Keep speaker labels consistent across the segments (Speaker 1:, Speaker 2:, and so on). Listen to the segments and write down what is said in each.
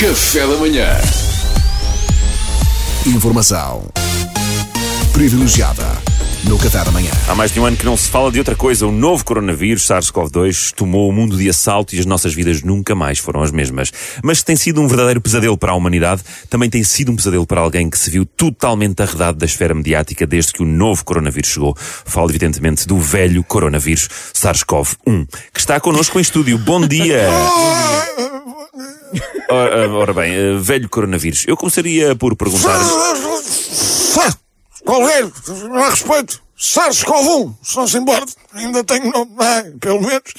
Speaker 1: Café da Manhã. Informação privilegiada no Café da Manhã.
Speaker 2: Há mais de um ano que não se fala de outra coisa. O novo coronavírus, SARS-CoV-2, tomou o mundo de assalto e as nossas vidas nunca mais foram as mesmas. Mas se tem sido um verdadeiro pesadelo para a humanidade, também tem sido um pesadelo para alguém que se viu totalmente arredado da esfera mediática desde que o novo coronavírus chegou. Falo, evidentemente, do velho coronavírus SARS-CoV-1, que está connosco em estúdio. Bom dia! Ora, ora bem, eh, velho coronavírus, eu começaria por perguntar.
Speaker 3: Qualquer, é? não há respeito. SARS-CoV-1, se não se importa, ainda tenho nome, não é? pelo menos,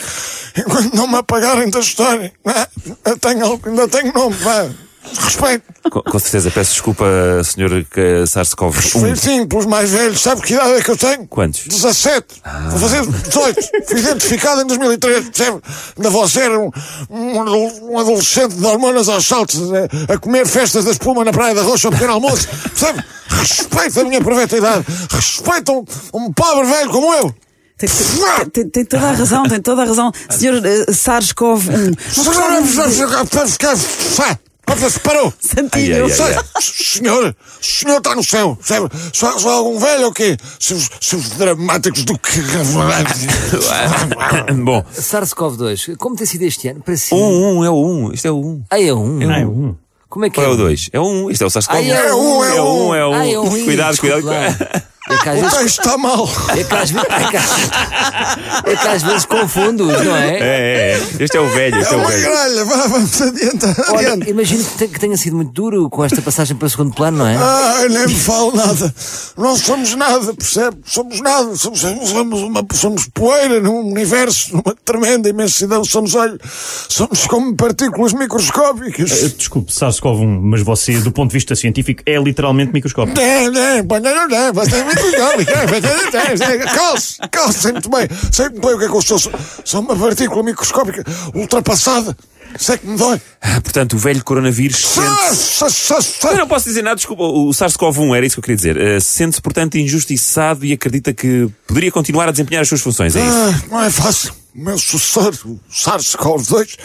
Speaker 3: enquanto não me apagarem da história, não é? Eu tenho al- ainda tenho nome, não é? respeito,
Speaker 2: Com, com certeza, peço desculpa, senhor eh, SARS-CoV-1.
Speaker 3: sim, pelos mais velhos, sabe que idade é que eu tenho?
Speaker 2: Quantos?
Speaker 3: 17, vou fazer 18, fui identificado em 2003, percebe? Ainda você era um, um adol- um adolescente de hormonas aos saltos, a, a comer festas da espuma na Praia da Rocha ao pequeno almoço, percebe? Respeita a minha perfeita idade, respeita um, um pobre velho como eu.
Speaker 4: Tem, tem- tem-
Speaker 2: Ah.
Speaker 4: tem toda a razão, tem toda a razão. Senhor eh, SARS-CoV-1,
Speaker 3: Parou!
Speaker 2: Ai, ai,
Speaker 4: Santinho.
Speaker 2: ai.
Speaker 3: Sei, senhor, o senhor está no céu, sabe? Só, só algum velho ou quê? Seus, seus dramáticos do que.
Speaker 2: Bom,
Speaker 5: SARS-CoV-2, como tem sido este ano para si?
Speaker 2: um, um, é o um, isto é o um.
Speaker 5: Ah, é um.
Speaker 2: É
Speaker 5: um. Como é que
Speaker 2: Qual
Speaker 5: é?
Speaker 2: é o dois? É o um, isto é o SARS-CoV.
Speaker 5: Ah, é um,
Speaker 2: é um, é um.
Speaker 5: Ah, é um. Ih,
Speaker 2: Cuidado,
Speaker 5: desculpe
Speaker 2: cuidado.
Speaker 5: lá. É que às
Speaker 3: O
Speaker 5: vezes,
Speaker 3: texto está mal.
Speaker 5: é que às vezes, é que às- é que às vezes confundo, não
Speaker 2: É,
Speaker 5: é?
Speaker 2: é, é. Este é o velho,
Speaker 3: É
Speaker 2: este é o
Speaker 3: uma
Speaker 2: velho.
Speaker 3: gralha, vá, vamos adianta,
Speaker 5: Olha,
Speaker 3: adianta.
Speaker 5: imagino que te- que tenha sido muito duro com esta passagem para o segundo plano, não é?
Speaker 3: Ai, Ah, nem me falo nada. Não somos nada, percebe? Somos nada. Somos, somos, uma, somos poeira num universo, numa tremenda imensidão. Somos, olha, somos como partículas microscópicas.
Speaker 6: Eh, Desculpe, SARS-CoV-1, mas você, do ponto de vista científico, é literalmente microscópico.
Speaker 3: Não, não, mas não, não, mas é muito legal. né, Calce, calce, sei muito bem. Sei muito bem o que é que eu sou. Sou uma partícula microscópica ultrapassada. Sei que me dói.
Speaker 2: Ah, Portanto, o velho coronavírus sente-se. Eu não posso dizer nada, desculpa, o SARS-CoV-1 era isso que eu queria dizer. Eh, Sente-se, portanto, injustiçado e acredita que poderia continuar a desempenhar as suas funções, é isso?
Speaker 3: Ah, não é fácil. O meu sucessor, o SARS-CoV-2,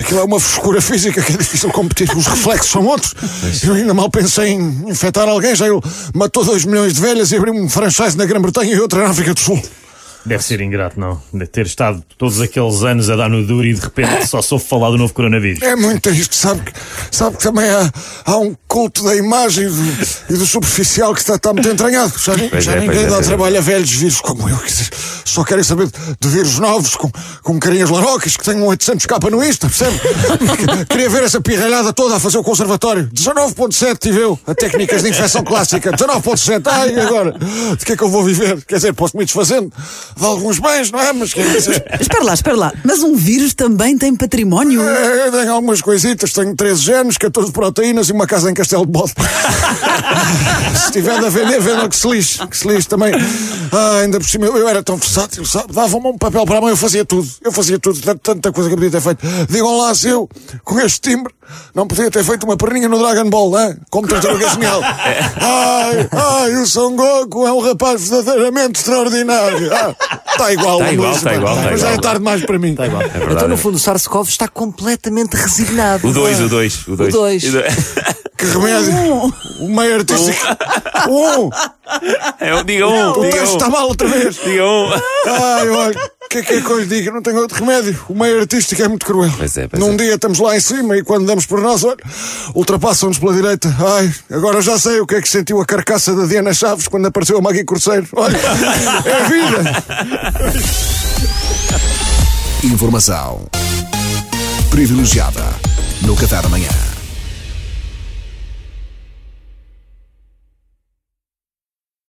Speaker 3: aquilo é uma frescura física que é difícil competir, os reflexos são outros. Eu ainda mal pensei em infectar alguém, já ele matou 2 milhões de velhas e abriu um franchise na Grã-Bretanha e outra na África do Sul.
Speaker 6: Deve ser ingrato, não? De ter estado todos aqueles anos a dar no duro e de repente só soube falar do novo coronavírus.
Speaker 3: É muito triste, sabe que, sabe que também há, há um culto da imagem e do, e do superficial que está, está muito entranhado. Já, nem-
Speaker 2: Pois
Speaker 3: já
Speaker 2: é,
Speaker 3: ninguém
Speaker 2: pois é,
Speaker 3: dá
Speaker 2: pois é.
Speaker 3: trabalho a velhos vírus como eu, quer dizer, só querem saber de vírus novos, com, com carinhas larocas, que tenham 800 capa no Insta, percebe? Queria ver essa pirralhada toda a fazer o conservatório. 19.7 tive eu, a técnicas de infecção clássica. 19.7, ai, e agora? De que é que eu vou viver? Quer dizer, posso me desfazendo de alguns bens, não é? Mas quer dizer.
Speaker 4: Espera lá, espera lá. Mas um vírus também tem património?
Speaker 2: Ah.
Speaker 3: É, Eu tenho algumas coisitas, tenho 13 genes, 14 proteínas e uma casa em Castelo de Bode. se tiver de a vender, venda que se lixe, que se lixe também. Ah, ainda por cima, eu, eu era tão versátil, sabe? Davam-me um papel para a mão, eu fazia tudo, eu fazia tudo, tant- tanta coisa que eu podia ter feito. Digam lá se eu, com este timbre, não podia ter feito uma perninha no Dragon Ball, hein? como tartaruga é genial. Ai, ai, o Son Goku é um rapaz verdadeiramente extraordinário. Ah, Está igual,
Speaker 2: Tá igual,
Speaker 3: Luís,
Speaker 2: tá igual, tá
Speaker 3: mas já é
Speaker 2: igual.
Speaker 3: tarde demais para mim. Está
Speaker 2: É
Speaker 3: igual.
Speaker 5: Então, no fundo, o SARS-CoV está completamente resignado. é?
Speaker 2: O dois, o dois, o dois.
Speaker 5: dois.
Speaker 3: Que remédio!
Speaker 4: Um.
Speaker 3: O meio artístico! Um!
Speaker 2: É um, diga um,
Speaker 3: O
Speaker 2: diga
Speaker 3: texto
Speaker 2: um.
Speaker 3: está mal outra vez!
Speaker 2: Diga um.
Speaker 3: Ai, olha, o que é que é que eu lhe digo? Não tenho outro remédio. O meio artístico é muito cruel.
Speaker 2: Pois é, pois
Speaker 3: Num
Speaker 2: é.
Speaker 3: dia estamos lá em cima e quando damos por nós, olha, ultrapassam-nos pela direita. Ai, agora já sei o que é que sentiu a carcaça da Diana Chaves quando apareceu a Maggie Corseiro. Olha, é vida!
Speaker 1: Informação privilegiada no Café da Manhã.